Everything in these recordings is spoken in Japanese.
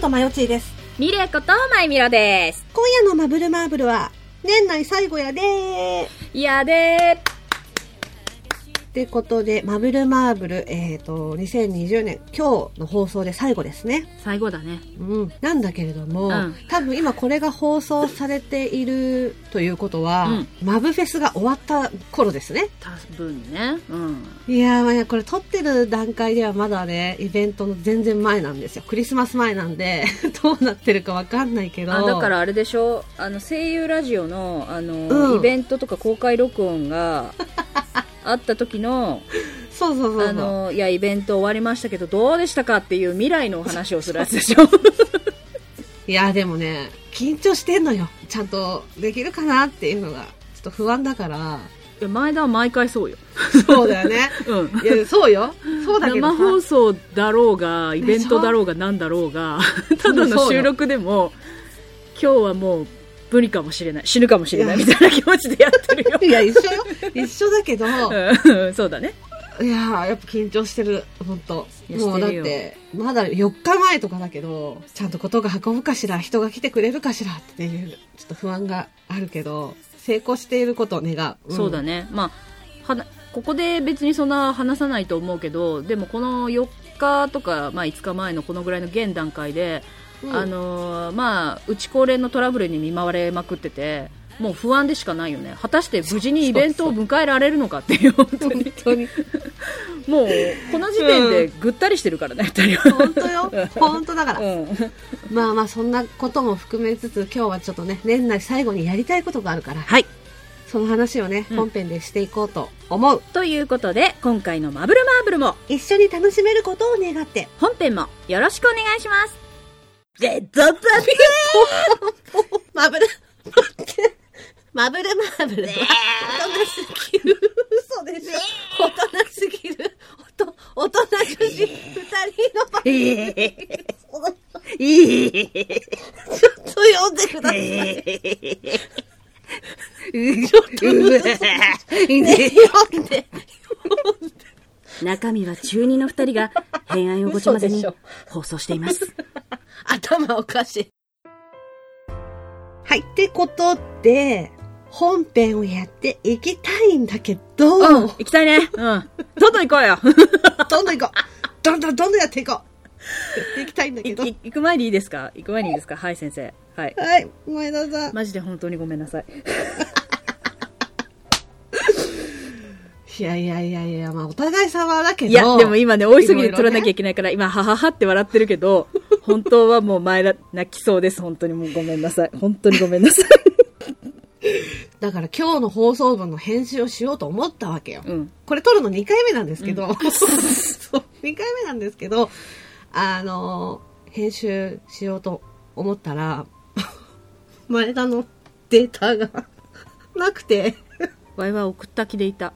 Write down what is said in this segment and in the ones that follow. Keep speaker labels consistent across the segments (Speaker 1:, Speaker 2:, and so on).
Speaker 1: とまよちーです。
Speaker 2: ミレコとマイミロです。
Speaker 1: 今夜のマブルマーブルは、年内最後やでー
Speaker 2: いやで
Speaker 1: ってことで、マブルマーブル、えっ、と、2020年、今日の放送で最後ですね。
Speaker 2: ー。最後だね。
Speaker 1: うん。なんだけれども、
Speaker 2: うん
Speaker 1: 多分今これが放送されているということは、
Speaker 2: うん
Speaker 1: マブフェスが終わった頃ですね。
Speaker 2: 多分ね。うん。
Speaker 1: いやーまあ、これ撮ってる段階ではまだね、イベントの全然前なんですよ。クリスマス前なんで、 どうなってるかわかんないけど。
Speaker 2: あだからあれでしょあの声優ラジオのあの、
Speaker 1: うん
Speaker 2: イベントとか公開録音 があった時の
Speaker 1: そうそうそうそう。
Speaker 2: あのいやイベント終わりましたけどどうでしたかっていう未来のお話をするやつでしょ
Speaker 1: いやーでもね、緊張してんのよ。ちゃんとできるかなっていうのが、ちょっと不安だから。
Speaker 2: いや前田は毎回そうよ、
Speaker 1: そうだよ ね。
Speaker 2: うん、
Speaker 1: いや、そうよ。そうだけど
Speaker 2: 生
Speaker 1: さ。
Speaker 2: 放送だろうがイベントだろうがなんだろう がただの収録でも今日はもう無理かもしれない死ぬかもしれないみたいな気持ちでやってるよ
Speaker 1: いや、一緒よ。一緒だけど、
Speaker 2: うんそうだね
Speaker 1: いやーやっぱ緊張してる、本当
Speaker 2: いや
Speaker 1: もうだっ
Speaker 2: してる
Speaker 1: て、まだ4日前とかだけど、ちゃんとことが運ぶかしら、人が来てくれるかしらっていう、ちょっと不安があるけど、成功していることを願う。ん
Speaker 2: そうだね、まあ、はなここで別にそんな話さないと思うけどでもこの4日とか、まあ、5日前のこのぐらいの現段階で、
Speaker 1: うん
Speaker 2: あのーまあ、うち高齢のトラブルに見舞われまくっててもう不安でしかないよね果たして無事にイベントを迎えられるのかっていう本当
Speaker 1: 本
Speaker 2: に
Speaker 1: 当に。
Speaker 2: もうこの時点でぐったりしてるからね、二人は
Speaker 1: 本当よ。本当だから。
Speaker 2: うん
Speaker 1: まあまあそんなことも含めつつ今日はちょっとね年内最後にやりたいことがあるから
Speaker 2: はい
Speaker 1: その話をね、
Speaker 2: うん
Speaker 1: 本編でしていこうと思う
Speaker 2: ということで今回の「マブルマーブル」も
Speaker 1: 一緒に楽しめることを願っ て
Speaker 2: 本編もよろしくお願いしますレッドバビ
Speaker 1: マ ブルマブルマーブルは大人すぎる嘘でしょ大人すぎるおと大人女子二人のバ
Speaker 2: え
Speaker 1: ちょっと読んでください読んで
Speaker 2: 中身は中二の二人が恋愛をごちゃ混ぜに放送しています
Speaker 1: 頭おかしい。はい。ってことで、本編をやっていきたいんだけど、
Speaker 2: うん行きたいねうんどんどん行こうよ
Speaker 1: どんどん行こう。どんどんどんどんやっていこう。やっていきたいんだけ
Speaker 2: い
Speaker 1: ど。
Speaker 2: い行く前にいいですか行く前にいいですかはい先生はい
Speaker 1: はい。前田さん。
Speaker 2: マジで本当にごめんなさい
Speaker 1: いやいやいやいや、まあお互い様だけど。
Speaker 2: いや、でも今ね、大急ぎで撮らなきゃい
Speaker 1: い
Speaker 2: けないから、今、はははって笑ってるけ ど、本当はもう前だ、泣きそうです。本当にもうごめんなさい。本当にごめんなさい。
Speaker 1: ろいろねだから今日の放送分の編集をしようと思ったわけよ。
Speaker 2: うん。
Speaker 1: これ撮るの2回目なんですけど、 そう2回目なんですけどあの編集しようと思ったら 前田のデータがなくて
Speaker 2: わいは送った気でいた。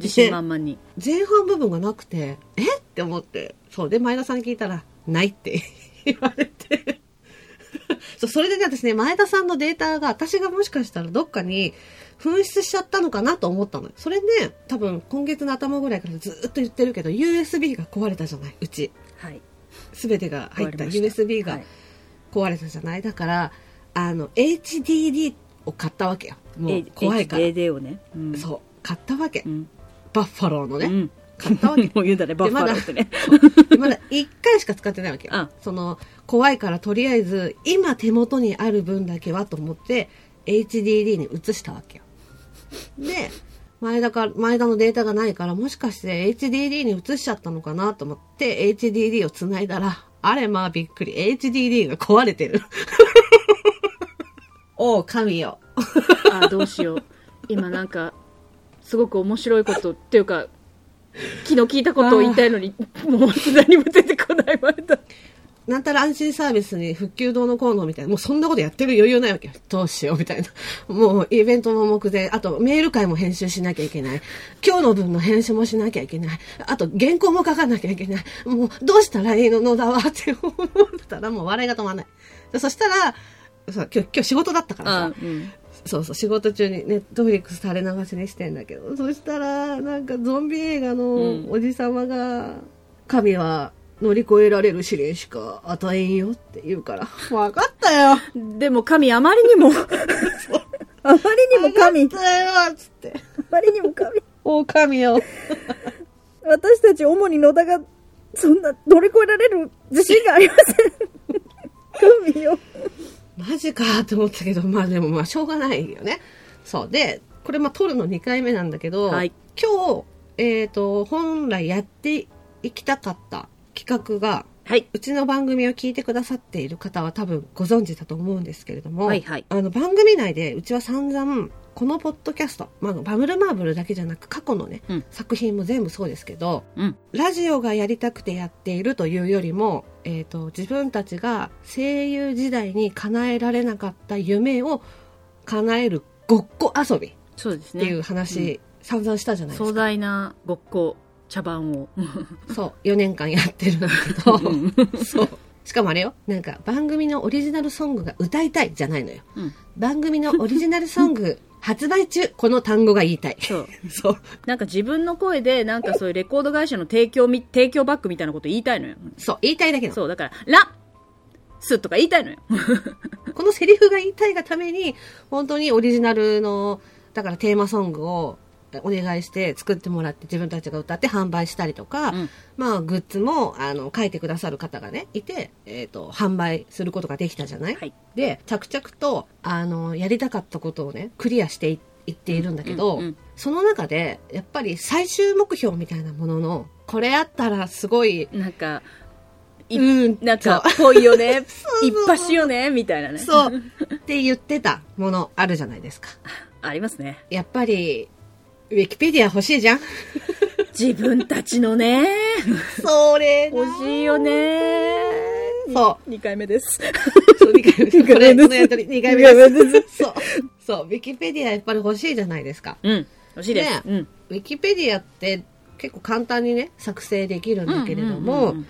Speaker 2: 自信満々に。
Speaker 1: 前半部分がなくてえって思ってそうで前田さんに聞いたらないって 言われて そうそれでね私ね前田さんのデータが私がもしかしたらどっかに紛失しちゃったのかなと思ったのよそれで多分今月の頭ぐらいからずっと言ってるけど USB が壊れたじゃないうち
Speaker 2: はい。
Speaker 1: 全てが入った
Speaker 2: 終わりました
Speaker 1: USB
Speaker 2: は
Speaker 1: が
Speaker 2: い
Speaker 1: 壊れたじゃない、だからあの HDD を買ったわけよもう
Speaker 2: H-
Speaker 1: 怖いから、
Speaker 2: HDD をね。うん
Speaker 1: そう買ったわけ、
Speaker 2: うん。
Speaker 1: バッファローのね、
Speaker 2: うん。
Speaker 1: 買ったわけ
Speaker 2: もう言うんだね、バッファロ
Speaker 1: でま
Speaker 2: ー
Speaker 1: だ
Speaker 2: ってね。
Speaker 1: で まだ1回しか使ってないわけよ、
Speaker 2: うん
Speaker 1: その怖いからとりあえず今手元にある分だけはと思って HDD に移したわけよで前田か前田のデータがないからもしかして HDD に移しちゃったのかなと思って HDD をつないだらあれまあびっくり HDD が壊れてるおう神よ
Speaker 2: あー、どうしよう。今なんか、すごく面白いことっていう か、昨日聞いたことを言いたいのに、もう何も出てこない前だ。
Speaker 1: なんたら安心サービスに復旧堂の効能みたいな、もうそんなことやってる余裕ないわけよ。どうしようみたいな。 もうイベントの目前、あとメール会も編集しなきゃいけない。今日の分の編集もしなきゃいけない。あと原稿も書かなきゃいけない。もうどうしたらいいのだわって思ったらもう笑いが止まんない。でそしたら、そう今日今日仕事だったからさ、
Speaker 2: あーうん。
Speaker 1: そうそう、仕事中にネットフリックス垂れ流しにしてんだけど、そしたら、なんかゾンビ映画
Speaker 2: うん
Speaker 1: のおじさまが、神は乗り越えられる試練しか与えんよって言うから、分かったよ。
Speaker 2: でも神あまりにもあまりにも神
Speaker 1: 分かったよつって。
Speaker 2: あまりにも神
Speaker 1: 狼よ。
Speaker 2: 私たち主に野田がそんな乗り越えられる自信がありません神よ
Speaker 1: マジかと思ったけど、まあでもまあしょうがないよね。そう。で、これまあ撮るの2回目なんだけど、
Speaker 2: はい
Speaker 1: 今日、えっ、と、本来やっていきたかった企画が、
Speaker 2: はいう
Speaker 1: ちの番組を聞いてくださっている方は多分ご存知だと思うんですけれども、
Speaker 2: はいはい
Speaker 1: あの番組内でうちは散々このポッドキャスト、まあ、バブルマーブルだけじゃなく過去のね、
Speaker 2: うん
Speaker 1: 作品も全部そうですけど
Speaker 2: うん
Speaker 1: ラジオがやりたくてやっているというよりも、えー、と自分たちが声優時代に叶えられなかった夢を叶えるごっこ遊びっ
Speaker 2: そうです
Speaker 1: て
Speaker 2: ね
Speaker 1: いう話、
Speaker 2: ね
Speaker 1: 散々したじゃないです
Speaker 2: 壮
Speaker 1: か。
Speaker 2: 大なごっこ茶番を
Speaker 1: そう、4年間やってるんだけど、
Speaker 2: うん
Speaker 1: そう。しかもあれよ、なんか番組のオリジナルソングが歌いたいじゃないのよ。
Speaker 2: うん
Speaker 1: 番組のオリジナルソン グ発売中、この単語が言いたい。
Speaker 2: そう
Speaker 1: そう。
Speaker 2: なんか自分の声でなんかそういうレコード会社の提供み提供バックみたいなこと言いたいのよ
Speaker 1: そう、言いたいだけなの。
Speaker 2: そうだから「ラス」とか言いたいのよ
Speaker 1: このセリフが言いたいがために、本当にオリジナルの、だからテーマソングをお願いして作ってもらって自分たちが歌って販売したりとか、
Speaker 2: うん
Speaker 1: まあグッズも、あの、書いてくださる方がね、いて、えっ、と、販売することができたじゃない、
Speaker 2: はい
Speaker 1: で、着々と、あの、やりたかったことをね、クリアしていいっているんだけど、
Speaker 2: うんうん
Speaker 1: その中で、やっぱり最終目標みたいなものの、これあったらすごい、
Speaker 2: なんか
Speaker 1: う
Speaker 2: い
Speaker 1: ん、
Speaker 2: なんか
Speaker 1: そう、
Speaker 2: ぽいよ ね
Speaker 1: う
Speaker 2: 一発よねみたいなね
Speaker 1: そう、 って言ってたものあるじゃないですか。
Speaker 2: ありますね
Speaker 1: やっぱり、ウィキペディア欲しいじゃん
Speaker 2: 自分たちのね
Speaker 1: それ
Speaker 2: 欲しいよね
Speaker 1: そ
Speaker 2: 2回目です
Speaker 1: う。そう、2回目。これ、
Speaker 2: 二回目
Speaker 1: こ
Speaker 2: です
Speaker 1: のやりとり、2回目
Speaker 2: 二回目
Speaker 1: です。そう。そう、ウィキペディアやっぱり欲しいじゃないですか。
Speaker 2: うん欲しいです、
Speaker 1: ね
Speaker 2: うん
Speaker 1: ウィキペディアって結構簡単にね、作成できるんだけれども、
Speaker 2: うんうんうん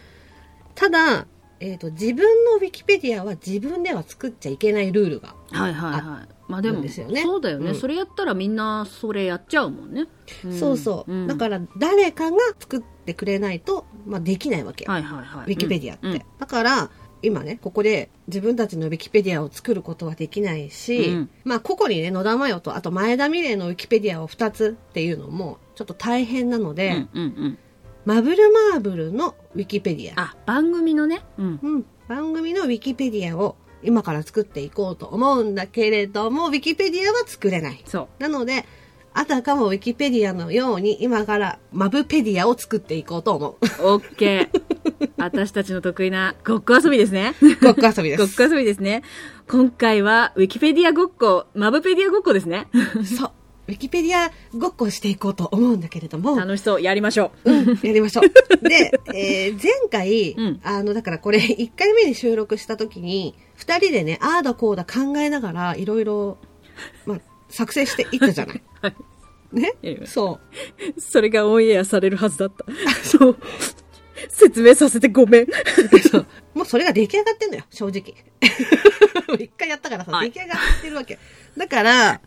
Speaker 1: ただ、えっ、と、自分のウィキペディアは自分では作っちゃいけないルールが。
Speaker 2: はいはいはいまあで
Speaker 1: なん
Speaker 2: も
Speaker 1: ですよね
Speaker 2: そうだよね、
Speaker 1: うん
Speaker 2: それやったらみんなそれやっちゃうもんね、ん
Speaker 1: そうそう。だから、誰かが作ってくれないと、まあ、できないわけよ。
Speaker 2: はいはいは
Speaker 1: ウ
Speaker 2: い
Speaker 1: ィキペディアって。
Speaker 2: うんうん
Speaker 1: だから、今ね、ここで自分たちのウィキペディアを作ることはできないし、
Speaker 2: うん
Speaker 1: まあ、ここにね、野田真代と、あと前田美玲のウィキペディアを2つっていうのも、ちょっと大変なので、
Speaker 2: うんうんうん
Speaker 1: マブルマーブルのウィキペディア。
Speaker 2: あ番組のね、うん、
Speaker 1: うん。番組のウィキペディアを今から作っていこうと思うんだけれども、ウィキペディアは作れない。
Speaker 2: そう
Speaker 1: なので、あたかもウィキペディアのように今からマブペディアを作っていこうと思う。
Speaker 2: オッ ケー私たちの得意なごっこ遊びですね。
Speaker 1: ごっこ遊びで
Speaker 2: ごっ
Speaker 1: す。
Speaker 2: こ遊びですね。今回は、ウィキペディアごっこ、マブペディアごっこですね。
Speaker 1: そう。ウィキペディアごっこをしていこうと思うんだけれども、
Speaker 2: 楽しそう、やりましょう。
Speaker 1: うんやりましょう。で、えー前回、
Speaker 2: うん
Speaker 1: あの、だからこれ1回目に収録した時に、2人でね、ああだこうだ考えながらいろいろ、まあ、作成していったじゃない。
Speaker 2: はい
Speaker 1: ね
Speaker 2: やりまし
Speaker 1: そう。
Speaker 2: それがオンエアされるはずだった。そう。説明させてごめん。
Speaker 1: そうもうそれが出来上がってんのよ、正直。 もう一回やったからさ、
Speaker 2: はい
Speaker 1: 出来上がってるわけ。だから、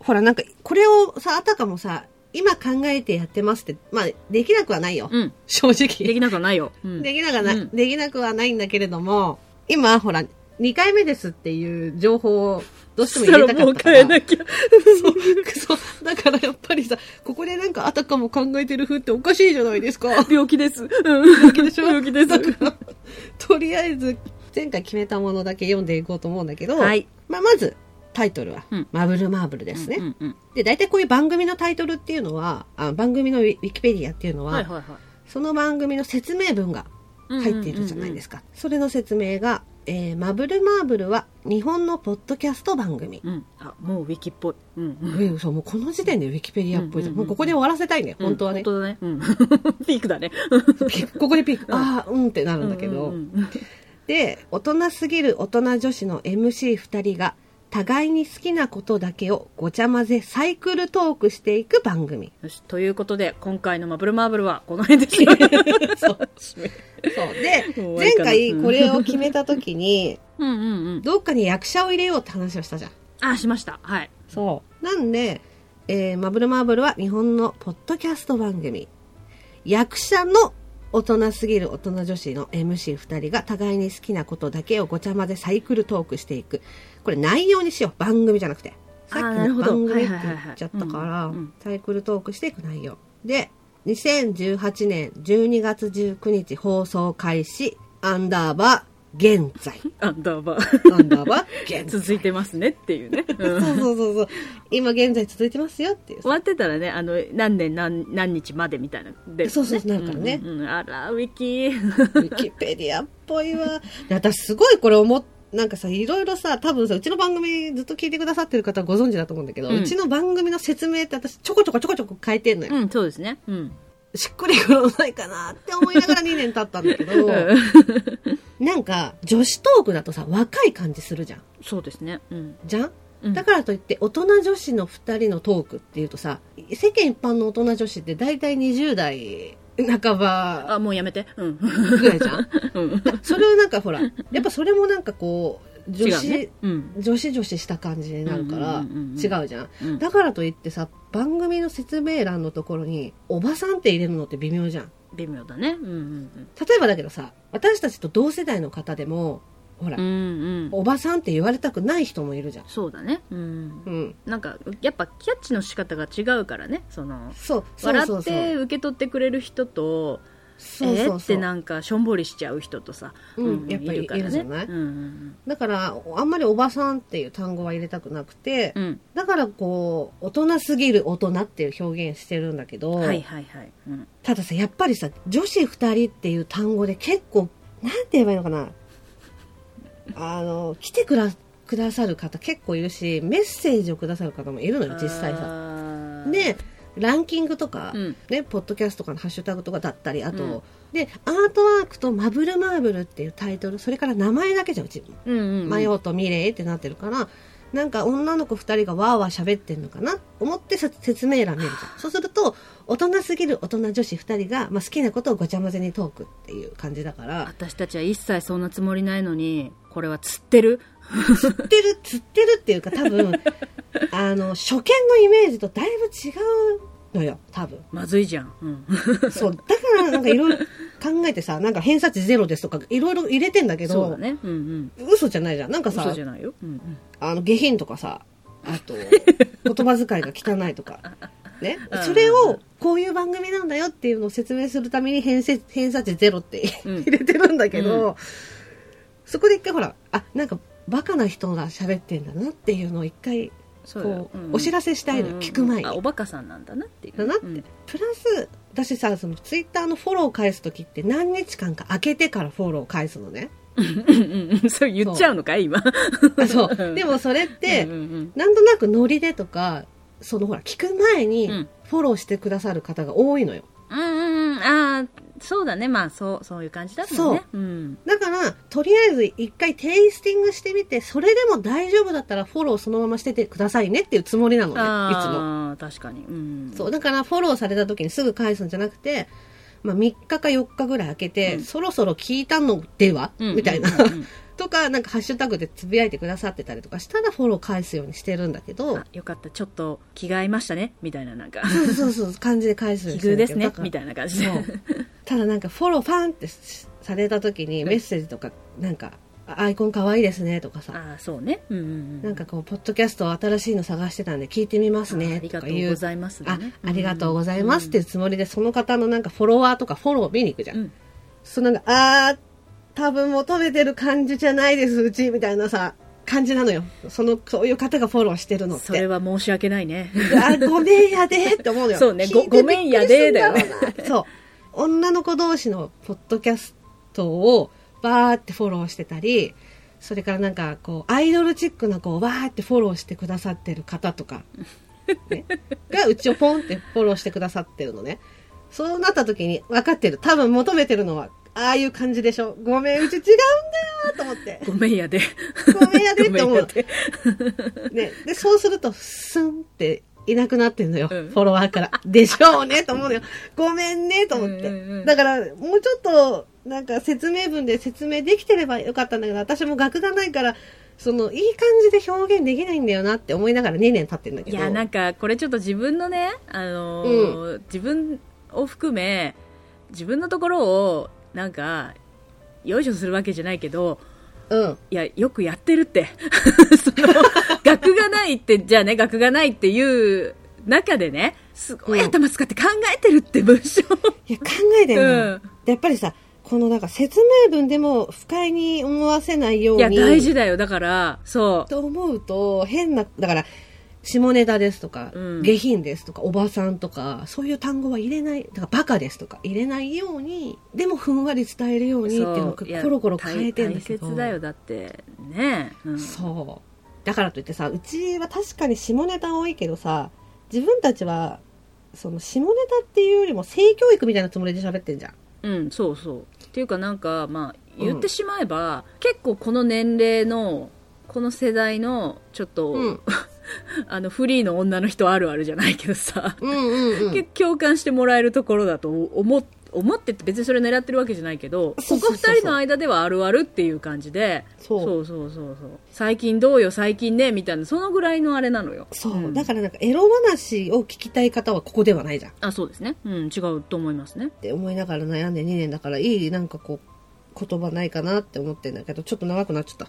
Speaker 1: ほらなんか、これをさ、あたかもさ、今考えてやってますって、まあ、できなくはないよ。
Speaker 2: うん。
Speaker 1: 正
Speaker 2: で
Speaker 1: 直。
Speaker 2: きなくはないよ。うん
Speaker 1: できなくはない、
Speaker 2: うん
Speaker 1: できなくはないんだけれども、今、ほら、2回目ですっていう情報をどうしても入れたかったから。
Speaker 2: きゃ。
Speaker 1: そう、そう。だからやっぱりさ、ここでなんかあたかも考えてる風っておかしいじゃないですか。
Speaker 2: 病気です。病気でしょ病気です。
Speaker 1: とりあえず前回決めたものだけ読んでいこうと思うんだけど、
Speaker 2: はい
Speaker 1: まあ、まずタイトルは
Speaker 2: うん
Speaker 1: 「マブルマーブル」ですね、
Speaker 2: うんうん
Speaker 1: で大体こういう番組のタイトルっていうのはあ番組のウィウィキペディアっていうの
Speaker 2: うん
Speaker 1: は、
Speaker 2: はいはいはい。
Speaker 1: その番組の説明文が入っているじゃないですすか、それの説明が、えーマブルマーブルは日本のポッドキャスト番組」
Speaker 2: か。うん。あ、もうウィキっぽい。うんうん。
Speaker 1: うんそうもうこの時点でウィキペディアっぽいじゃん、
Speaker 2: うんうんう
Speaker 1: もう
Speaker 2: ん
Speaker 1: ここで終わらせたいね 本当はね、
Speaker 2: 本当だね。うん。 ピークだね。
Speaker 1: ピここでピークああうんってなるんだけど、
Speaker 2: うんうんうん
Speaker 1: で大人すぎる大人女子の MC2 人が互いに好きなことだけをごちゃ混ぜサイクルトークしていく番組
Speaker 2: よし、ということで、今回のマブルマーブルはこの辺でしょ。
Speaker 1: そうそう
Speaker 2: も
Speaker 1: で
Speaker 2: う終わ
Speaker 1: 前
Speaker 2: りかな
Speaker 1: 回これを決めた時に
Speaker 2: うんうんうん。
Speaker 1: どっかに役者を入れようって話をしたじゃん
Speaker 2: あ、しました。はい。
Speaker 1: そうなんで、えーマブルマーブルは日本のポッドキャスト番組役者の大人すぎる大人女子の MC2 人が互いに好きなことだけをごちゃ混ぜサイクルトークしていくこれ内容にしよう番組じゃなくてさっき
Speaker 2: あーなる
Speaker 1: の
Speaker 2: ほど
Speaker 1: 番組
Speaker 2: は
Speaker 1: っ
Speaker 2: い
Speaker 1: て
Speaker 2: は
Speaker 1: 言
Speaker 2: いはいはい
Speaker 1: っちゃったか
Speaker 2: う
Speaker 1: ら
Speaker 2: んうん
Speaker 1: サイクルトークしていく内容で2018年12月19日放送開始アンダーバー現 在
Speaker 2: アンダーバ
Speaker 1: アンダーバー
Speaker 2: ー
Speaker 1: 現在
Speaker 2: 続いてますねっていうね、う
Speaker 1: そうんそうそうそう今現在続いてますよっていう
Speaker 2: 終わってたらねあの何年何何日までみたいなで、
Speaker 1: そうそうなるからね
Speaker 2: うんうんあらウィキ
Speaker 1: ウィキペディアっぽいわ。で私すごいこれ思っなんかさ、いろいろさ、多分さ、うちの番組ずっと聞いてくださってる方はご存知だと思うんだけど、う
Speaker 2: うん
Speaker 1: ちの番組の説明って私ちょこちょこちょこちょこ変えてんのよ。
Speaker 2: うんそうですねうん
Speaker 1: しっくりくるないかなって思いながら2年経ったんだけ ど、なんか女子トークだとさ、若い感じするじゃん。
Speaker 2: そうですねうん
Speaker 1: じゃん
Speaker 2: うん
Speaker 1: だからといって大人女子の2人のトークっていうとさ、世間一般の大人女子って大体20代半ば
Speaker 2: あもうやめてうん
Speaker 1: ぐらいじゃん
Speaker 2: うん
Speaker 1: それをなんかほら、やっぱそれもなんかこう、女
Speaker 2: 違
Speaker 1: 子、
Speaker 2: うねうん
Speaker 1: 女子女子した感じになるから、
Speaker 2: うんうんうんうん
Speaker 1: 違うじゃん。
Speaker 2: うん
Speaker 1: だからといってさ、番組の説明欄のところに、おばさんって入れるのって微妙じゃん。
Speaker 2: 微妙だねうんうん
Speaker 1: 例えばだけどさ、私たちと同世代の方でも、ほら、
Speaker 2: うんうんうん
Speaker 1: おばさんって言われたくない人もいるじゃん。
Speaker 2: そうだねうん
Speaker 1: うん。
Speaker 2: なんかやっぱキャッチの仕方が違うからねその
Speaker 1: そう、そう
Speaker 2: 笑
Speaker 1: そ
Speaker 2: っ
Speaker 1: うそう。
Speaker 2: て受け取ってくれる人と
Speaker 1: そうそうそう
Speaker 2: えーってなんかしょんぼりしちゃう人とさ、
Speaker 1: うんやっぱり
Speaker 2: いるから
Speaker 1: いる
Speaker 2: ね
Speaker 1: じゃない
Speaker 2: うんうん
Speaker 1: だから、あんまりおばさんっていう単語は入れたくなくて、
Speaker 2: うんうん
Speaker 1: だからこう、大人すぎる大人っていう表現してるんだけど、
Speaker 2: はいはいはい、うん、
Speaker 1: たださやっぱりさ女子2人っていう単語で結構なんて言えばいいのかなあの来てくらくださる方結構いるしメッセージをくださる方もいるのよ実際さ
Speaker 2: さ
Speaker 1: でランキングとか、
Speaker 2: うん
Speaker 1: ね、ポッドキャストとかのハッシュタグとかだったりあと、
Speaker 2: うん
Speaker 1: でアートワークと「マブルマーブル」っていうタイトルそれから名前だけじゃんうち
Speaker 2: うんうんうん
Speaker 1: マヨとミレイってなってるから、なんか女の子二人がわーわー喋ってんのかな思ってさ説明欄見るじゃん。そうすると、大人すぎる大人女子二人が、まあ、好きなことをごちゃ混ぜにトークっていう感じだから、
Speaker 2: 私たちは一切そんなつもりないのにこれは釣ってる
Speaker 1: 釣って る、釣ってるっていうか多分、あの、初見のイメージとだいぶ違うのよ、多分。
Speaker 2: まずいじゃん、うん、
Speaker 1: そう。だからなんかいろいろ考えてさ、なんか偏差値ゼロですとかいろいろ入れてんだけ
Speaker 2: そうだ
Speaker 1: ど、
Speaker 2: ねうんうん
Speaker 1: 嘘じゃないじゃん。なんか
Speaker 2: 嘘
Speaker 1: さ
Speaker 2: じ、ゃないよ、うんうん、
Speaker 1: あの下品とかさあ と言葉遣いが汚いとか、ね
Speaker 2: うん、
Speaker 1: それをこういう番組なんだよっていうのを説明するために偏差 偏差値ゼロって
Speaker 2: うん
Speaker 1: 入れてるんだけど、そこで一回ほらあなんかバカな人が喋ってんだなっていうのを一回
Speaker 2: そう
Speaker 1: こ
Speaker 2: よ
Speaker 1: う、お知らせしたいの、聞く前に。
Speaker 2: あおバカさんなんだなっていう
Speaker 1: だなって、
Speaker 2: うん
Speaker 1: プラス私さそのツイッターのフォローを返す時って何日間か空けてからフォローを返すの ね
Speaker 2: うんうん そう言っちゃうのかい今
Speaker 1: あそうでもそれって、
Speaker 2: うんうん
Speaker 1: なんとなくノリでとか、そのほら、聞く前
Speaker 2: う
Speaker 1: に
Speaker 2: ん
Speaker 1: フォローしてくださる方が多いのよ。
Speaker 2: うんうんうんああそうだねまあそうそういう感じだもんねうん
Speaker 1: だから、とりあえず一回テイスティングしてみて、それでも大丈夫だったらフォローそのまましててくださいねっていうつもりなのね、いつも。
Speaker 2: ああ確かにうん
Speaker 1: そう、だからフォローされた時にすぐ返すんじゃなくて、まあ、3日か4日ぐらい空けて、
Speaker 2: うん
Speaker 1: そろそろ聞いたのでは、
Speaker 2: うん
Speaker 1: みたいな。
Speaker 2: うんうん
Speaker 1: とか、なんかハッシュタグでつぶやいてくださってたりとかしたらフォロー返すようにしてるんだけど
Speaker 2: あ、よかったちょっと着替えましたねみたいななんか
Speaker 1: そうそうそう、感じで返すよう
Speaker 2: 奇
Speaker 1: にしてるん
Speaker 2: 遇
Speaker 1: だけ
Speaker 2: です
Speaker 1: ど
Speaker 2: ね
Speaker 1: だから
Speaker 2: みたいな感じで
Speaker 1: そう ただなんかフォローファンってされた時にメッセージとかなんかアイコン可愛いですねとかさ
Speaker 2: ああそうねうんうんうん
Speaker 1: なんかこうポッドキャストを新しいの探してたんで聞いてみます
Speaker 2: ああ
Speaker 1: ね
Speaker 2: り
Speaker 1: と
Speaker 2: が
Speaker 1: か
Speaker 2: と
Speaker 1: いうう
Speaker 2: ございますだ
Speaker 1: あ
Speaker 2: ね、
Speaker 1: ありがとうございますって
Speaker 2: う
Speaker 1: い
Speaker 2: ん
Speaker 1: うつもりでその方のなんかフォロワーとかフォロー見に行くじゃん、
Speaker 2: うん
Speaker 1: そのなんかあー多分求めてる感じじゃないですうちみたいなさ感じなのよそのそういう方がフォローしてるのっ
Speaker 2: それ
Speaker 1: て
Speaker 2: は申し訳な いね
Speaker 1: あごめんやでって思うのよ
Speaker 2: そうねご
Speaker 1: 聞いて
Speaker 2: ごめんやでだよね
Speaker 1: びっくりすんだろうなそう女の子同士のポッドキャストをバーってフォローしてたりそれからなんかこうアイドルチックな子をバーってフォローしてくださってる方とか、 ね、がうちをポンってフォローしてくださってるのねそうなった時に分かってる多分求めてるのはああいう感じでしょごめんうち違うんだよーと思って
Speaker 2: ごめんやで
Speaker 1: ごめんやでって思うの
Speaker 2: ごめんやで
Speaker 1: ね、で、そうすると、スンっていなくなってんのよ、
Speaker 2: うん
Speaker 1: フォロワー から。でしょうね、と思うのよ。ごめんね、と思って。
Speaker 2: うんうんうん
Speaker 1: だから、もうちょっと、なんか説明文で説明できてればよかったんだけど、私も学がないから、その、いい感じで表現できないんだよなって思いながら2年経ってんだけ
Speaker 2: い
Speaker 1: ど。
Speaker 2: やなんかこれちょっと自分のね、あのー自分を含め自分のところをなんかよいしょするわけじゃないけど
Speaker 1: うん。
Speaker 2: いやよくやってるって その学がないってじゃあね学がないっていう中でねすごい頭使って考えてるって文章、
Speaker 1: いや、考えてるの、
Speaker 2: うん
Speaker 1: でやっぱりさ、このなんか説明文でも不快に思わせないよう
Speaker 2: い
Speaker 1: に。
Speaker 2: や大事だよだからそ
Speaker 1: と思うと、変な、だから、下ネタですとか、
Speaker 2: うん
Speaker 1: 下品ですとか、おばさんとか、そういう単語は入れない、だからバカですとか、入れないように、でもふんわり伝えるよう
Speaker 2: う
Speaker 1: にっていうのを
Speaker 2: そういや
Speaker 1: コロコロ変えてんだけど。
Speaker 2: 大大切だよだってね、うん
Speaker 1: そう。だからといってさ、うちは確かに下ネタ多いけどさ、自分たちは、その下ネタっていうよりも性教育みたいなつもりで喋ってんじゃん。
Speaker 2: うん、そうそう。っていうかなんか、まあ、言ってしまえば、結構この年齢の、この世代の、ちょっと、
Speaker 1: うん。
Speaker 2: あの、フリーの女の人あるあるじゃないけどさ、
Speaker 1: うんうんう ん。
Speaker 2: 結構共感してもらえるところだと思思ってて別にそれ狙ってるわけじゃないけど
Speaker 1: そうそうそうそう
Speaker 2: ここ二人の間ではあるあるっていう感じで
Speaker 1: そう
Speaker 2: そうそうそうそう最近どうよ最近ねみたいなそのぐらいのあれなのよ
Speaker 1: そう、
Speaker 2: ん
Speaker 1: だからなんかエロ話を聞きたい方はここではないじゃんっ
Speaker 2: あそうですねうん違うと思いますね
Speaker 1: て思いながら悩んで2年だからいいなんかこう言葉ないかなって思ってんだけどちょっと長くなっちゃった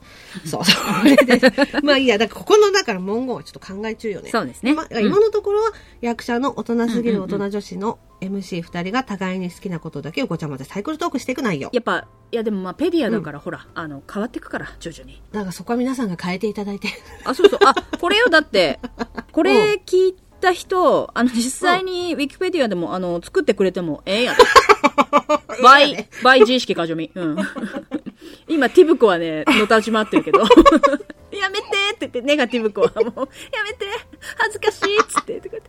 Speaker 1: そうそれでまあいいやだからここのだから文言はちょっと考え中よね
Speaker 2: そうですね
Speaker 1: ま
Speaker 2: うん
Speaker 1: 今のところは役者の大人すぎる大人女子の MC2 人が互いに好きなことだけをごちゃ混ぜサイクルトークしていく内容
Speaker 2: やっぱいやでもまあペディアだから、ほらあの変わっていくから徐々に
Speaker 1: だからそこは皆さんが変えていただいて
Speaker 2: あ、そうそう。あ、これよ、だって。これ聞いた人、あの、実際にウィキペディアでも、あの、作ってくれてもええやん。倍、倍自意識過剰み。うん。今、ティブコはね、のたちまってるけど。 やめてって言って、ネガティブコはもう、やめて恥ずかしいっつって、とかっ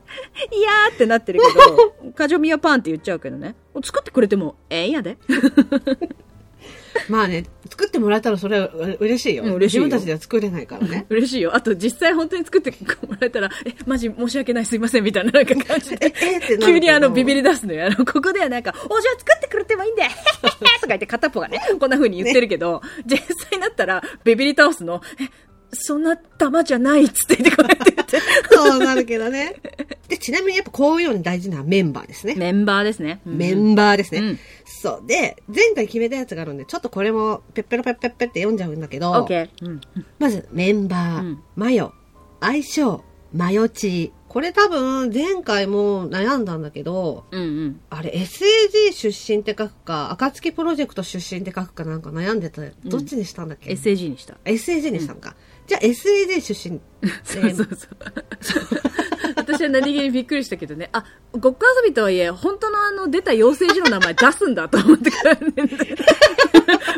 Speaker 2: て、いやーってなってるけど、過剰みはパンって言っちゃうけどね。作ってくれてもええんやで。
Speaker 1: まあね作ってもらえたらそれはう嬉しいよ,、
Speaker 2: うん嬉しいよ
Speaker 1: 自分たちでは作れないから ね
Speaker 2: 嬉しいよ。あと、実際本当に作ってもらえたら、え、マジ申し訳ない、すいません、みたいななんか感じで。
Speaker 1: えってなるけど
Speaker 2: 急にあの、ビビり出すのよ。あの、ここではなんか、お、じゃあ作ってくれてもいいんだよ。へへへとか言って片っぽがね、こんな風に言ってるけど、実際になったら、ビビり倒すの、え、そんな玉じゃないっつって言ってこうやって言って。
Speaker 1: そうなるけどね。で、ちなみにやっぱこういうのに大事なの はメンバーですね。
Speaker 2: メンバーですね。うん
Speaker 1: メンバーですね、
Speaker 2: うん
Speaker 1: そう。で、前回決めたやつがあるんで、ちょっとこれもペッペロペッペッペって読んじゃうんだけど、
Speaker 2: オッケー。うん。
Speaker 1: まず、メンバー、
Speaker 2: うん
Speaker 1: マヨ、相性、マヨチー。これ多分、前回も悩んだんだけど、
Speaker 2: うんうん。
Speaker 1: あれ、SAG 出身って書くか、暁プロジェクト出身って書くかなんか悩んでた。どっちにしたんだっけ、
Speaker 2: SAG にした。
Speaker 1: ?SAG にしたんか。じゃあ SAG 出身。
Speaker 2: そうそうそう。私は何気にびっくりしたけどね。あ、ごっこ遊びとはいえ、本当のあの、出た養成所の名前出すんだと思ってからね。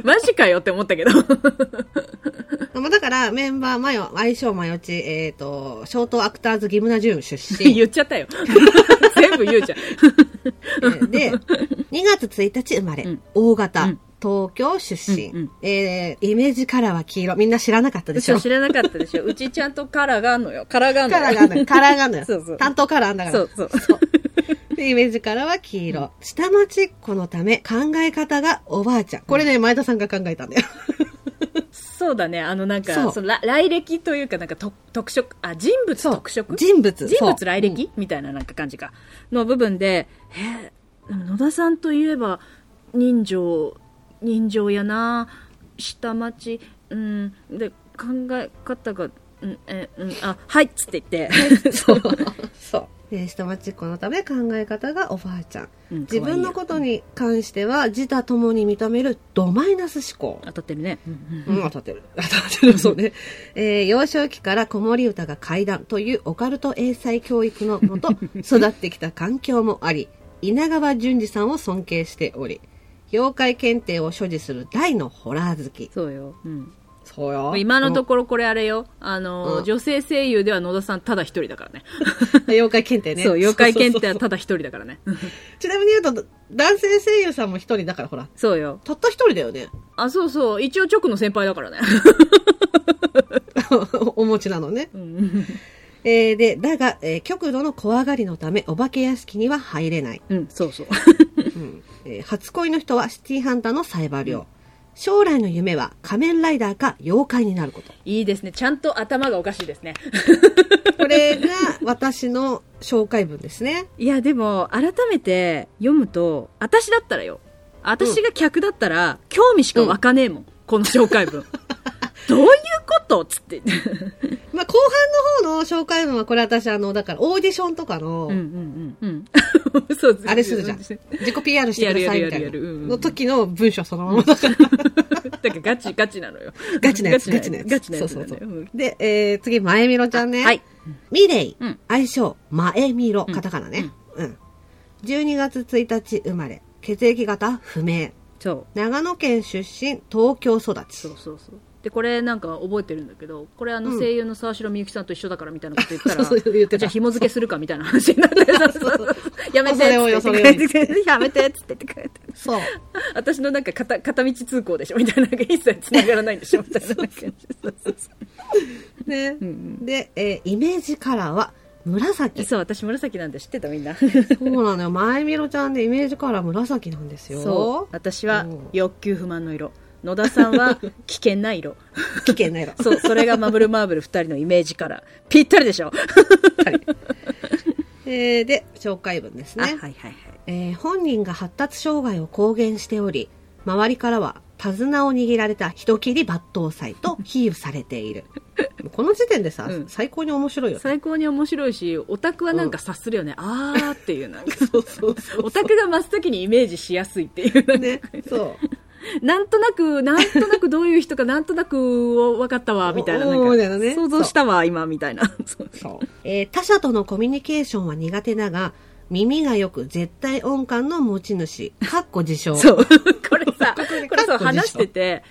Speaker 2: マジかよって思ったけど。
Speaker 1: まあ、だから、メンバー、マヨ、相性マヨチ、えっ、と、ショートアクターズギムナジウム出身。
Speaker 2: 言っちゃっ たよ。全部言うじゃん。
Speaker 1: で、2月1日生まれ、
Speaker 2: うん
Speaker 1: 大型、
Speaker 2: うん
Speaker 1: 東京出身、
Speaker 2: うんうん
Speaker 1: えーイメージカラーは黄色。みんな知らなかったでし
Speaker 2: 私
Speaker 1: ょ
Speaker 2: は知らなかったでしょ。うちちゃんとカラーがあんのよ。カラーがあんの
Speaker 1: カ
Speaker 2: よ。
Speaker 1: ラーがあるの よ。カラーがあるのよ。
Speaker 2: そうそう
Speaker 1: 担当カラーあんだから。
Speaker 2: そうそう。
Speaker 1: でイメージカラーは黄色。下町っ子のため考え方がおばあちゃん。これね、前田さんが考えたんだよ。
Speaker 2: そうだね。あの、なんか、
Speaker 1: そう
Speaker 2: そのら来歴というか、なんかと特色、あ、人物特色
Speaker 1: 人物。
Speaker 2: 人
Speaker 1: そ
Speaker 2: 物
Speaker 1: う
Speaker 2: 来歴、みたいななんか感じか。の部分で、えー、でも野田さんといえば、人情、人情やな下町、うん、で、考え方が、うん、え、うん、あ、はいっつって言って。そう。
Speaker 1: そう。で下町っ子のため考え方がおばあちゃん。
Speaker 2: うん
Speaker 1: 自分のこと。
Speaker 2: 可愛いよ
Speaker 1: に関しては自他ともに認めるドマイナス思考。
Speaker 2: 当たってるね。うんうん
Speaker 1: うん、当たってる。当たってる、そうね。えー幼少期から子守歌が怪談というオカルト英才教育のもと育ってきた環境もあり、稲川淳二さんを尊敬しており、妖怪検定を所持する大のホラー好き。
Speaker 2: そうよ。うん。
Speaker 1: そうよ
Speaker 2: 今のと
Speaker 1: こ。
Speaker 2: ころこれあれよ。あの、
Speaker 1: うん
Speaker 2: 女性声優では野田さんただ一人だからね。
Speaker 1: 妖怪検 定ね。
Speaker 2: そう、妖怪検定
Speaker 1: そう
Speaker 2: は
Speaker 1: そう
Speaker 2: ただ一人だからね。
Speaker 1: そうちなみに言うと、男性声優さんも一人だから、ほら。
Speaker 2: そうよ。
Speaker 1: たった一人だよね。
Speaker 2: あ、そうそう。一応直の先輩だからね。
Speaker 1: お持ちなのね。えーで、だが、えー極度の怖がりのため、お化け屋敷には入れない。
Speaker 2: うん、そうそう。
Speaker 1: うんえー初恋の人はシティハンターのサイバー病、将来の夢は仮面ライダーか妖怪になること
Speaker 2: いいですね。ちゃんと頭がおかしいですね。
Speaker 1: これが私の紹介文ですね。
Speaker 2: いや、でも、改めて読むと、私だったらよ。私が客だったら、興味しか湧かねえもん。この紹介 文。どういうことつって。
Speaker 1: まあ、後半の方の紹介文は、これ私、あの、だから、オーディションとかの、
Speaker 2: うんうんうん。うん。そう
Speaker 1: あれするじゃん。自己 PR してくださいみたい
Speaker 2: やるやるやるやるうんう
Speaker 1: な。
Speaker 2: ん
Speaker 1: の時の文章そのままだから。
Speaker 2: だからガチガチなのよ。
Speaker 1: ガチなやつ、ガ
Speaker 2: ガ
Speaker 1: チ
Speaker 2: チ
Speaker 1: な
Speaker 2: な
Speaker 1: や
Speaker 2: や
Speaker 1: つ。
Speaker 2: つ。ガチなやつ
Speaker 1: そ
Speaker 2: な
Speaker 1: うそ
Speaker 2: の
Speaker 1: う
Speaker 2: よ。うん
Speaker 1: そう。で、えー、次、前みろちゃんね。
Speaker 2: はい。
Speaker 1: ミレイ、
Speaker 2: うん
Speaker 1: 愛称、マエミロ、
Speaker 2: うん
Speaker 1: カタカナね。うん。12月1日生まれ、血液型不明、
Speaker 2: そう。
Speaker 1: 長野県出身、東京育ち
Speaker 2: そ。うそうそう。で、これなんか覚えてるんだけど、これあ
Speaker 1: う
Speaker 2: の
Speaker 1: ん
Speaker 2: 声優の沢城みゆきさんと一緒だからみたいなこと言 った
Speaker 1: そう
Speaker 2: ら、
Speaker 1: そう言ってた
Speaker 2: じゃあ。紐付けするかみたいな話にな って、やめて
Speaker 1: 恐れ多い
Speaker 2: っつって
Speaker 1: 恐れ
Speaker 2: やめてっつって言ってくれて。
Speaker 1: そう。
Speaker 2: 私のなんか片片道通行でしょみたいな、なんか一切繋がらないんでしょみたいな感じ。そうそうそ
Speaker 1: ね
Speaker 2: う。う。ん
Speaker 1: で、えーイメージカラーは
Speaker 2: うん。
Speaker 1: 紫。
Speaker 2: そう、私紫なんだ知ってたみんな。
Speaker 1: そうなのよ。前みろちゃんでイメージカラー紫なんですよ。
Speaker 2: そう。私は
Speaker 1: うん
Speaker 2: 欲求不満の色。野田さんは 危険な色。
Speaker 1: 危険な色。
Speaker 2: そう、それがマブルマーブル2人のイメージから。ぴったりでしょ、
Speaker 1: えーで、紹介文です
Speaker 2: あはい
Speaker 1: ね。
Speaker 2: はいはい。
Speaker 1: えー本人が発達障害を公言しており周りからは手綱を握られた人斬り抜刀斎と比喩されているこの時点でさ、
Speaker 2: うん
Speaker 1: 最高に面白いよね
Speaker 2: 最高に面白いし、オタクはなんか察するよね。あーっていう、なん か。
Speaker 1: そうそうそ
Speaker 2: オタクが増すときにイメージしやすいっていうなんか
Speaker 1: ね そう
Speaker 2: なんとなく、なんとなくどういう人か、なんとなく分かった わ、みたいな。
Speaker 1: お
Speaker 2: な
Speaker 1: おーみ
Speaker 2: ん
Speaker 1: たいな
Speaker 2: か
Speaker 1: ね
Speaker 2: 想像したわ、今、みたいな。 そう
Speaker 1: そう、えー他者とのコミュニケーションは苦手だが耳がよく絶対音感の持ち主かっこ自称
Speaker 2: そう。 これさ、こ
Speaker 1: か
Speaker 2: れ
Speaker 1: っこでしょ
Speaker 2: さ、話してて、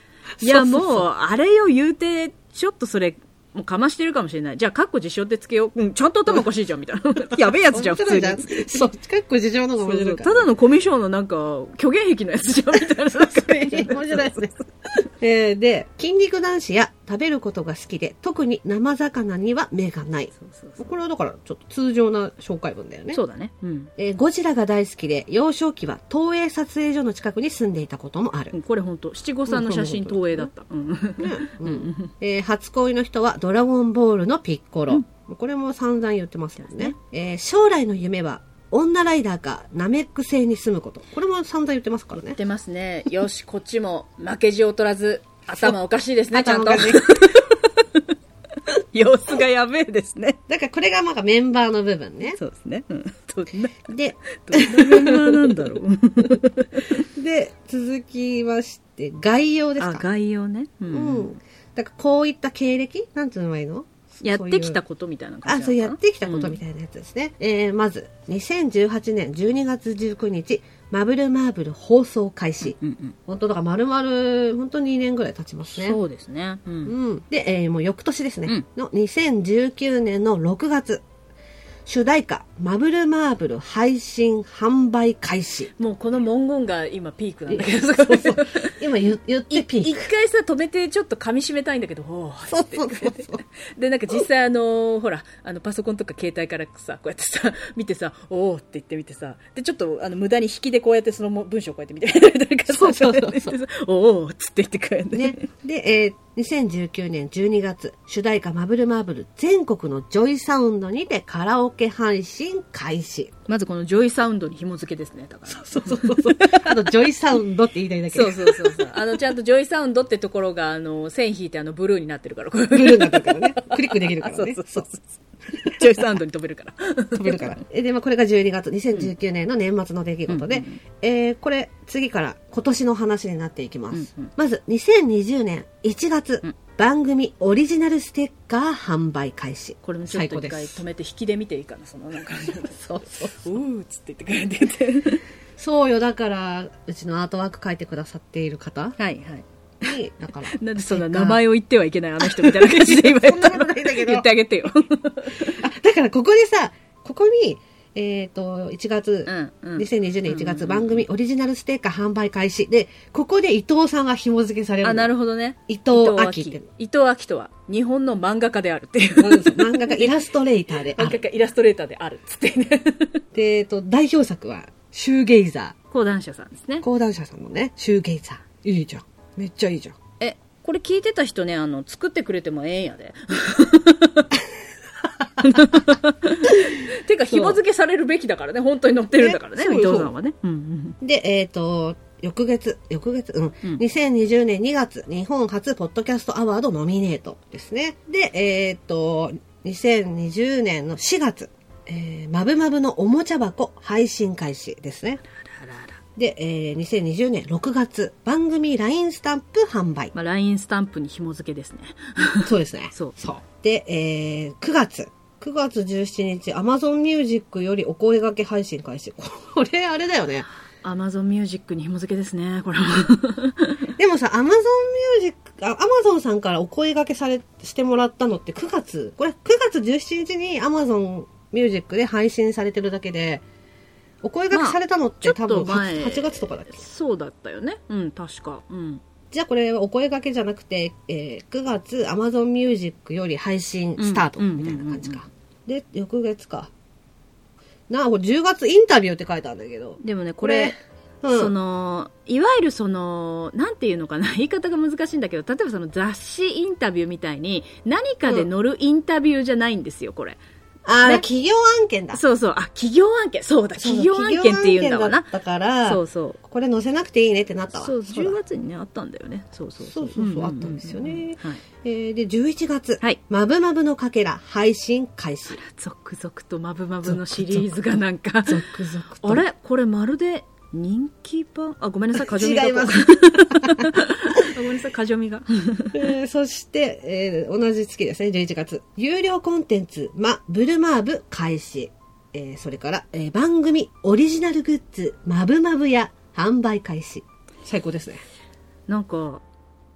Speaker 2: い
Speaker 1: そ
Speaker 2: や、
Speaker 1: うそう
Speaker 2: も
Speaker 1: そう
Speaker 2: う、あれよ、言うて、ちょっとそれ、もうかましてるかもしれない。じゃあ、かっこ自称ってつけよう。うん、ちゃんと頭おかしいじゃん、 みたいな。やべえやつじゃん、普
Speaker 1: 面
Speaker 2: 通
Speaker 1: 白い
Speaker 2: に。
Speaker 1: じゃんそうかっこ自称の方が面
Speaker 2: そうそ
Speaker 1: 白いうか
Speaker 2: た
Speaker 1: ら
Speaker 2: だのコミュ障のなんか、虚言癖のやつじゃん、み たいな。
Speaker 1: 面白いですね。 えーで、筋肉男子や食べることが好きで、特に生魚には目がない。
Speaker 2: そうそうそう
Speaker 1: これはだからちょっと通常な紹介文だよね。
Speaker 2: そうだね。うん。
Speaker 1: えーゴジラが大好きで、幼少期は東映撮影所の近くに住んでいたこともある。
Speaker 2: うんこれ本当七五三の写真投影だった。うん。
Speaker 1: ねうんえー初恋の人はドラゴンボールのピッコロ。これも散々言ってますもんね。えー将来の夢は、女ライダーかナメック星に住むこと。これも散々言ってますからね。
Speaker 2: 出ますね。よし、こっちも負けじを取らず、 頭おかしいですね、ちゃんと
Speaker 1: 頭。がね
Speaker 2: 様子がやべえですね。
Speaker 1: だからこれがなんかメンバーの部分ね。
Speaker 2: そうですね。うん。どんな、
Speaker 1: で、
Speaker 2: どんなメンバーなんだろう。
Speaker 1: で、続きまして、概要です
Speaker 2: あ、
Speaker 1: か。
Speaker 2: 概要ね。う。
Speaker 1: うんん。だからこういった経歴なんていうのがいいの
Speaker 2: やってきた
Speaker 1: こ
Speaker 2: ことみたいな
Speaker 1: と。あ、
Speaker 2: 感じ
Speaker 1: そうやってきたことみ
Speaker 2: み
Speaker 1: たいなやつですね。えーまず、2018年12月19日、マブルマーブル放送開始。
Speaker 2: うんうん。
Speaker 1: 本当だから丸々、本当2年ぐらい経ちますね。
Speaker 2: そうですね。うん。
Speaker 1: うん。で、えーもう翌年ですね。
Speaker 2: うん
Speaker 1: の2019年の6月。主題歌、マブルマーブル配信販売開 始。
Speaker 2: もうこの文言が今ピークなんだけど、
Speaker 1: そうそう。今言言っ
Speaker 2: い
Speaker 1: てピー
Speaker 2: 一
Speaker 1: ク。
Speaker 2: 回さ止めてちょっと噛み締めたいんだけどおー
Speaker 1: そうそうそうそう。
Speaker 2: でなんか実際あのーほらあのパソコンとか携帯からさこうやってさ 見てさおおって言ってみてさでちょっとあの無駄に引きでこうやってそのも文章をこうやって見て みたり
Speaker 1: そうそうそうそう
Speaker 2: おおっつって言ってくれる
Speaker 1: ね、で、えー2019年12月、主題歌マブルマーブル全国のジョイサウンドにてカラオケ配信開 始。
Speaker 2: まずこのジョイサウンドに紐付けですねだからそう
Speaker 1: そうそうそう。あと、ジョイサウンドって言いたいだけ。
Speaker 2: そうそうそうあのちゃんとジョイサウンドってところがあの線引いてあのブルーになってるからこれ
Speaker 1: ブルーになってるからね。クリックできるからね。
Speaker 2: あそうそうそうそうジョイサウンドに飛べるから
Speaker 1: 飛べるから。えで、まあ、これが12月、2019年の年末の出来事で、えーこれ、次から今年の話になっていきます。
Speaker 2: うんう
Speaker 1: まず、2020年1月、
Speaker 2: ん
Speaker 1: 番組オリジナルステッカー販売開始。
Speaker 2: これもちょっと一
Speaker 1: 最高
Speaker 2: 回
Speaker 1: で
Speaker 2: 止めて引きで見ていいか なそのなんか
Speaker 1: そうそう。
Speaker 2: うーっつって言ってくれてて
Speaker 1: そうよ、だから、うちのアートワーク書いてくださっている方
Speaker 2: はいはい
Speaker 1: に、だ から。
Speaker 2: なんでそんな
Speaker 1: てか
Speaker 2: 名前を言ってはいけないあの人みたいな感じで今言った
Speaker 1: そんな
Speaker 2: の
Speaker 1: ことないんだけど
Speaker 2: 言ってあげてよ
Speaker 1: あ、だからここでさ、ここに、えっ、と、1月、
Speaker 2: うんうん
Speaker 1: 2020年1
Speaker 2: うんう
Speaker 1: 月
Speaker 2: ん
Speaker 1: 番組オリジナルステッカー販売開始。で、ここで伊藤さんが紐付けされるの。
Speaker 2: あなるほどね
Speaker 1: 伊藤亜紀
Speaker 2: 伊
Speaker 1: って
Speaker 2: 藤亜紀伊藤亜紀とは日本の漫画家であるっていう
Speaker 1: うんそう漫画 家イラストレーターであ
Speaker 2: 漫
Speaker 1: る。
Speaker 2: 画家イラストレーターであるっつってね
Speaker 1: で、えっ、と、代表作は、シューゲイザ
Speaker 2: 講談社さんですね
Speaker 1: ー。講談社さんのね、シューゲイザー。いいじゃん。めっちゃいいじゃん。
Speaker 2: えこれ聞いてた人ねあの作ってくれてもええんやでてか、紐付けされるべきだからね。本当に載ってるんだからね、
Speaker 1: ね
Speaker 2: 伊藤さんはね。うんうん。
Speaker 1: で、えっ、と、翌月、翌月、うん、
Speaker 2: ん
Speaker 1: 2020年2月、日本初ポッドキャストアワードノミネートですね。で、えっ、と、2020年の4月、えー、まぶまぶのおもちゃ箱配信開始ですね。
Speaker 2: あらあら
Speaker 1: で、えー、2020年6月、番組 LINE スタンプ販 売。
Speaker 2: まあ、LINE スタンプに紐付けですね。
Speaker 1: そうですね。
Speaker 2: そう
Speaker 1: で、えー、9月。9月17日、Amazon Music よりお声掛け配信開始。これ、あれだよね。
Speaker 2: Amazon Music に紐付けですね、これも。
Speaker 1: でもさ、Amazon Music、あ Amazon さんからお声掛けされ、してもらったのって9月、これ9月17日に Amazon Music で配信されてるだけで、お声掛けされたのって
Speaker 2: ま
Speaker 1: 多
Speaker 2: あちょ
Speaker 1: 分
Speaker 2: っと前
Speaker 1: 8, 月とかだっけ
Speaker 2: そうだったよね。うん、確か。うん。
Speaker 1: じゃあこれはお声掛けじゃなくて、えー9月 Amazon Music より配信スタート
Speaker 2: うん
Speaker 1: みたいな感じ
Speaker 2: うん
Speaker 1: か。で、翌月か。なあ、これ10月インタビューって書いてあるんだけど。
Speaker 2: でもね、これ、
Speaker 1: これ、うん、
Speaker 2: その、いわゆるその、なんていうのかな、言い方が難しいんだけど、例えばその雑誌インタビューみたいに、何かで載るインタビューじゃないんですよ、これ。
Speaker 1: あれ、
Speaker 2: ね
Speaker 1: 企業案件だ。
Speaker 2: そうそう、あ、企業案件、そうだ、
Speaker 1: そう
Speaker 2: 企業案件って言うんだわな
Speaker 1: 企業案件。だったから、
Speaker 2: そうそう。
Speaker 1: これ載せなくていいねってなったわ。
Speaker 2: そう、
Speaker 1: だ
Speaker 2: 10月にね、あったんだよね。そうそうそう。
Speaker 1: そうそうそうん
Speaker 2: んん
Speaker 1: あったんですよね
Speaker 2: はい。
Speaker 1: えーで、11月。
Speaker 2: はい
Speaker 1: マブマブのかけら、配信開始。
Speaker 2: 続々とマブマブのシリーズがなんか、
Speaker 1: 続々と。
Speaker 2: あれこれまるで人気版あ、ごめん なさい、カジョミが。
Speaker 1: 違います
Speaker 2: ごめんなさい、カジョミが。
Speaker 1: えーそして、えー同じ月ですね、11月。有料コンテンツ、ま、ブルマーブ開始。えーそれから、えー番組オリジナルグッズ、まぶまぶや販売開始。最高ですね。
Speaker 2: なんか、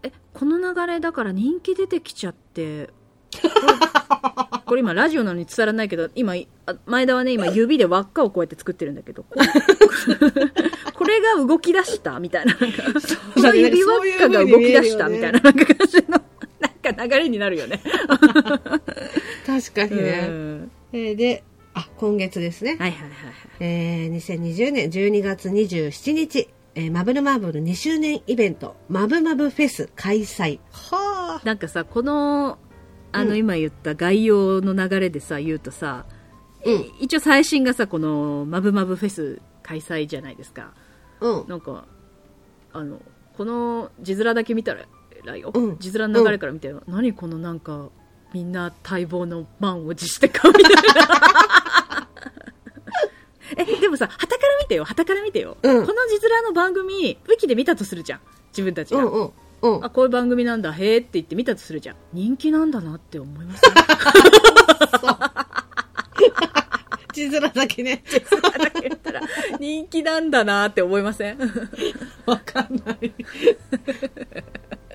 Speaker 2: え、この流れだから人気出てきちゃって、これ これ今ラジオなのに伝わらないけど、今、あ前田はね、今指で輪っかをこうやって作ってるんだけど、 こうこれが動き出したみたいな、なんか、この指輪っかが動き出したみたいな、なんか感じの、なんか流れになる よね。
Speaker 1: 確かに
Speaker 2: う
Speaker 1: ね。
Speaker 2: ん
Speaker 1: えーで、あ、今月ですね。
Speaker 2: はいはいはいはい。
Speaker 1: えー2020年12月27日、えーマブルマーブル2周年イベント、マブマブフェス開催。は
Speaker 2: なんかさこのあ
Speaker 1: う
Speaker 2: の
Speaker 1: ん
Speaker 2: 今言った概要の流れでさ言うとさ、
Speaker 1: うん
Speaker 2: い一応最新がさこの「まぶまぶフェス」開催じゃないですか
Speaker 1: あ。うん。
Speaker 2: なんかあのこの字面だけ見たら偉いよ、
Speaker 1: うん
Speaker 2: 字面の流れから見て、何このなんかみんな待望の満を持してか みたいなえでもさ旗から見てよ旗から見てよ、
Speaker 1: うん
Speaker 2: この字面の番組ウィキで見たとするじゃん自分たち
Speaker 1: う
Speaker 2: が、
Speaker 1: んうん。うん。
Speaker 2: あこういう番組なんだへえって言って見たとするじゃん人気なんだなって思いますね
Speaker 1: 地面だけね。
Speaker 2: だけ言ったら人気なんだなって思いません
Speaker 1: わかんない。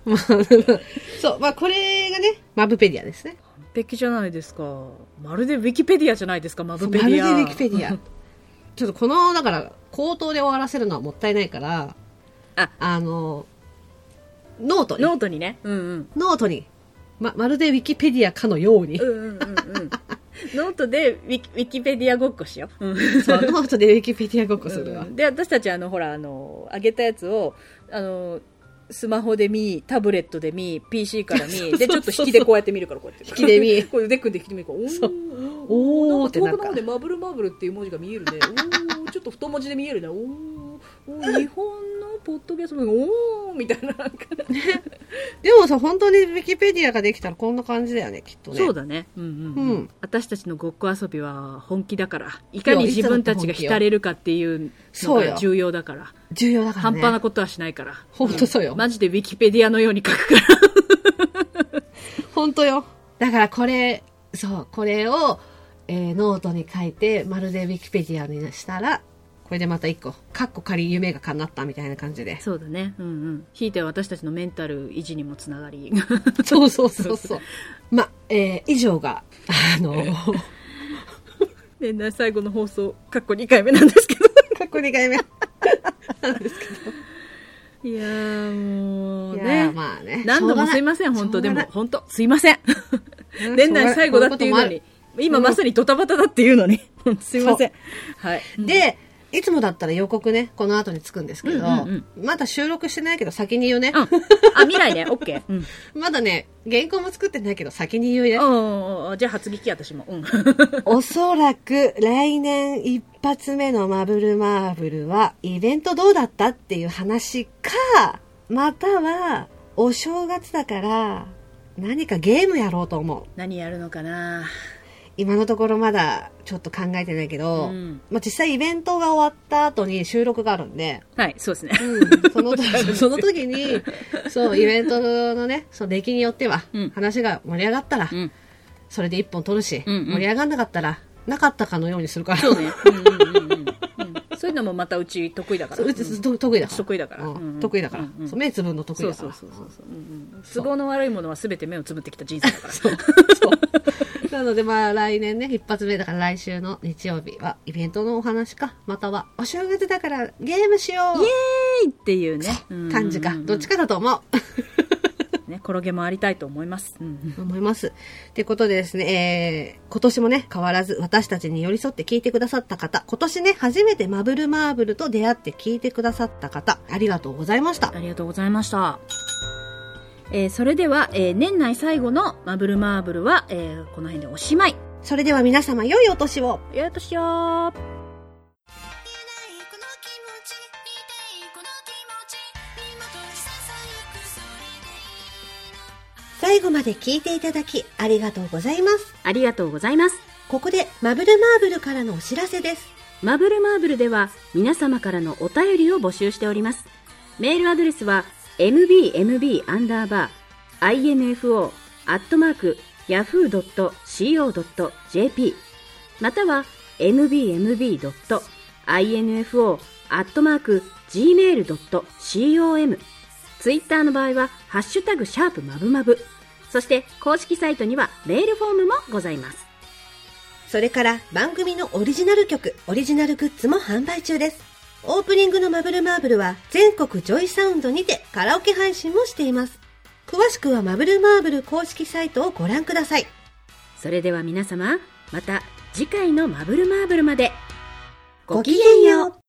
Speaker 1: まあ、 そう、まあこれがね、マブペディアですね。
Speaker 2: 完璧じゃないですかまるでウィキペディアじゃないですかマブペデ
Speaker 1: まるで
Speaker 2: ィア
Speaker 1: ウィキペデ ィア。ちょっとこの、だから、口頭で終わらせるのはもったいないから、
Speaker 2: あ
Speaker 1: の、ノートに、
Speaker 2: ノートにねうんうん
Speaker 1: ノートに、ま、まるでウィキペディアかのように
Speaker 2: う、んうんうんうんノートでウィキウィキペディアごっこしよう、うん
Speaker 1: そうノートでウィキペディアごっこするわ。
Speaker 2: で私たちあのほらあの上げたやつをあのスマホで見タブレットで見 PC から見でちょっと引きでこうやって見るからこうやって
Speaker 1: 引きで見
Speaker 2: こう腕組んで引きで見るからお
Speaker 1: そう
Speaker 2: ー
Speaker 1: おー
Speaker 2: な
Speaker 1: っ
Speaker 2: ん
Speaker 1: て
Speaker 2: か
Speaker 1: な
Speaker 2: 遠
Speaker 1: る
Speaker 2: く
Speaker 1: か
Speaker 2: の方でマブルマブルっていう文字が見えるねおーちょっと太文字で見えるねおーおー日本のポッドキャストのおーみたいななんか
Speaker 1: でもさ、本当にウィキペディアができたらこんな感じだよね、きっとね。
Speaker 2: そうだね、うんうんうん
Speaker 1: うん
Speaker 2: 私たちのごっこ遊びは本気だからいかに
Speaker 1: いやいつ
Speaker 2: 自
Speaker 1: だって
Speaker 2: 分たちが浸れるかっていうの
Speaker 1: そうよ
Speaker 2: が重要だから
Speaker 1: 重要だから
Speaker 2: 半
Speaker 1: ね。
Speaker 2: 端なことはしないから
Speaker 1: ほんとそうよ。
Speaker 2: マジでウィキペディアのように書くから。。
Speaker 1: 本当よ。だからこれ、そう、これを、えーノートに書いて、まるでウィキペディアにしたら、これでまた一個、かっこ仮夢が叶ったみたいな感じで
Speaker 2: そうだね。うんうん。ひいては私たちのメンタル維持にもつながり。
Speaker 1: そうそうそうそう。ま、えー以上が、あ の、
Speaker 2: 年内最後の放送、過去2回目なんですけど。
Speaker 1: 過去2回目。
Speaker 2: いやーもう
Speaker 1: いや
Speaker 2: ね。
Speaker 1: ーまあね。
Speaker 2: 何度もすいません、
Speaker 1: しょう
Speaker 2: 本
Speaker 1: が
Speaker 2: 当でも
Speaker 1: ない、
Speaker 2: 本当すいません。年内最後だっていうの。
Speaker 1: しょがな
Speaker 2: に。今まさにドタバタだっていうのに。すいません。はい。
Speaker 1: いで、いつもだったら予告ね、この後につくんですけど、
Speaker 2: うんうん
Speaker 1: まだ収録してないけど先に言うね。
Speaker 2: うん。あ、未来ね。オッケ ー。うん。
Speaker 1: まだね、原稿も作ってないけど先に言うね。
Speaker 2: おーじゃあ初聞き私も。 うん。
Speaker 1: おそらく来年一発目のマブルマーブルはイベントどうだったっていう話か、またはお正月だから何かゲームやろうと思う。
Speaker 2: 何やるのかな
Speaker 1: 今のところまだちょっと考えてないけど、
Speaker 2: うん
Speaker 1: まあ実際イベントが終わった後に収録があるんで、
Speaker 2: はい、そうですね。
Speaker 1: その時その時に、そう、イベントのね、そう出来によっては
Speaker 2: うん、
Speaker 1: 話が盛り上がったら
Speaker 2: う、ん。
Speaker 1: それで一本取るし、
Speaker 2: うんうん
Speaker 1: 盛り上がんなかったら、なかったかのようにするから。
Speaker 2: そうね。うんうん うんうんうん。そういうのもまたうち得意だから。
Speaker 1: そううちと得意だから。
Speaker 2: 得意だから
Speaker 1: うん
Speaker 2: うんうん
Speaker 1: 得意だから
Speaker 2: うんう。ん
Speaker 1: そう目つぶるの得意
Speaker 2: そう
Speaker 1: だか
Speaker 2: そう
Speaker 1: ら。
Speaker 2: そうそうそう、うんうん、都合の悪いものは全て目をつぶってきた人生だからそう
Speaker 1: なのでまあ来年ね、一発目だから来週の日曜日はイベントのお話か、またはお正月だからゲームしよ
Speaker 2: イエーイっていうね
Speaker 1: う感じか、
Speaker 2: うんうんうん
Speaker 1: どっちかだと思う。
Speaker 2: ね転げ回りたいと思います、うんうん
Speaker 1: 思います。ってことでですね、えー、今年もね、変わらず私たちに寄り添って聞いてくださった方、今年ね、初めてマブルマーブルと出会って聞いてくださった方、ありがとうございました。
Speaker 2: ありがとうございました。えーそれでは、えー年内最後のマブルマーブルは、えーこの辺でおしまい。
Speaker 1: それでは皆様、良いお年を
Speaker 2: よいとしよー。
Speaker 3: この気持ち見ていいこの気持ち今と明日最悪それでいい
Speaker 1: 最後まで聞いていただき、ありがとうございます。
Speaker 2: ありがとうございます。
Speaker 1: ここで、マブルマーブルからのお知らせです。
Speaker 2: マブルマーブルでは皆様からのお便りを募集しております。メールアドレスは mbmb-info-yahoo.co.jp または mbmb.info-gmail.com ツイッターの場合はハッシュタグシャープマブマブそして公式サイトにはメールフォームもございます。
Speaker 1: それから番組のオリジナル曲、オリジナルグッズも販売中です。オープニングのマブルマーブルは全国ジョイサウンドにてカラオケ配信もしています。詳しくはマブルマーブル公式サイトをご覧ください。
Speaker 2: それでは皆様また次回のマブルマーブルまで
Speaker 1: ごきげんよう。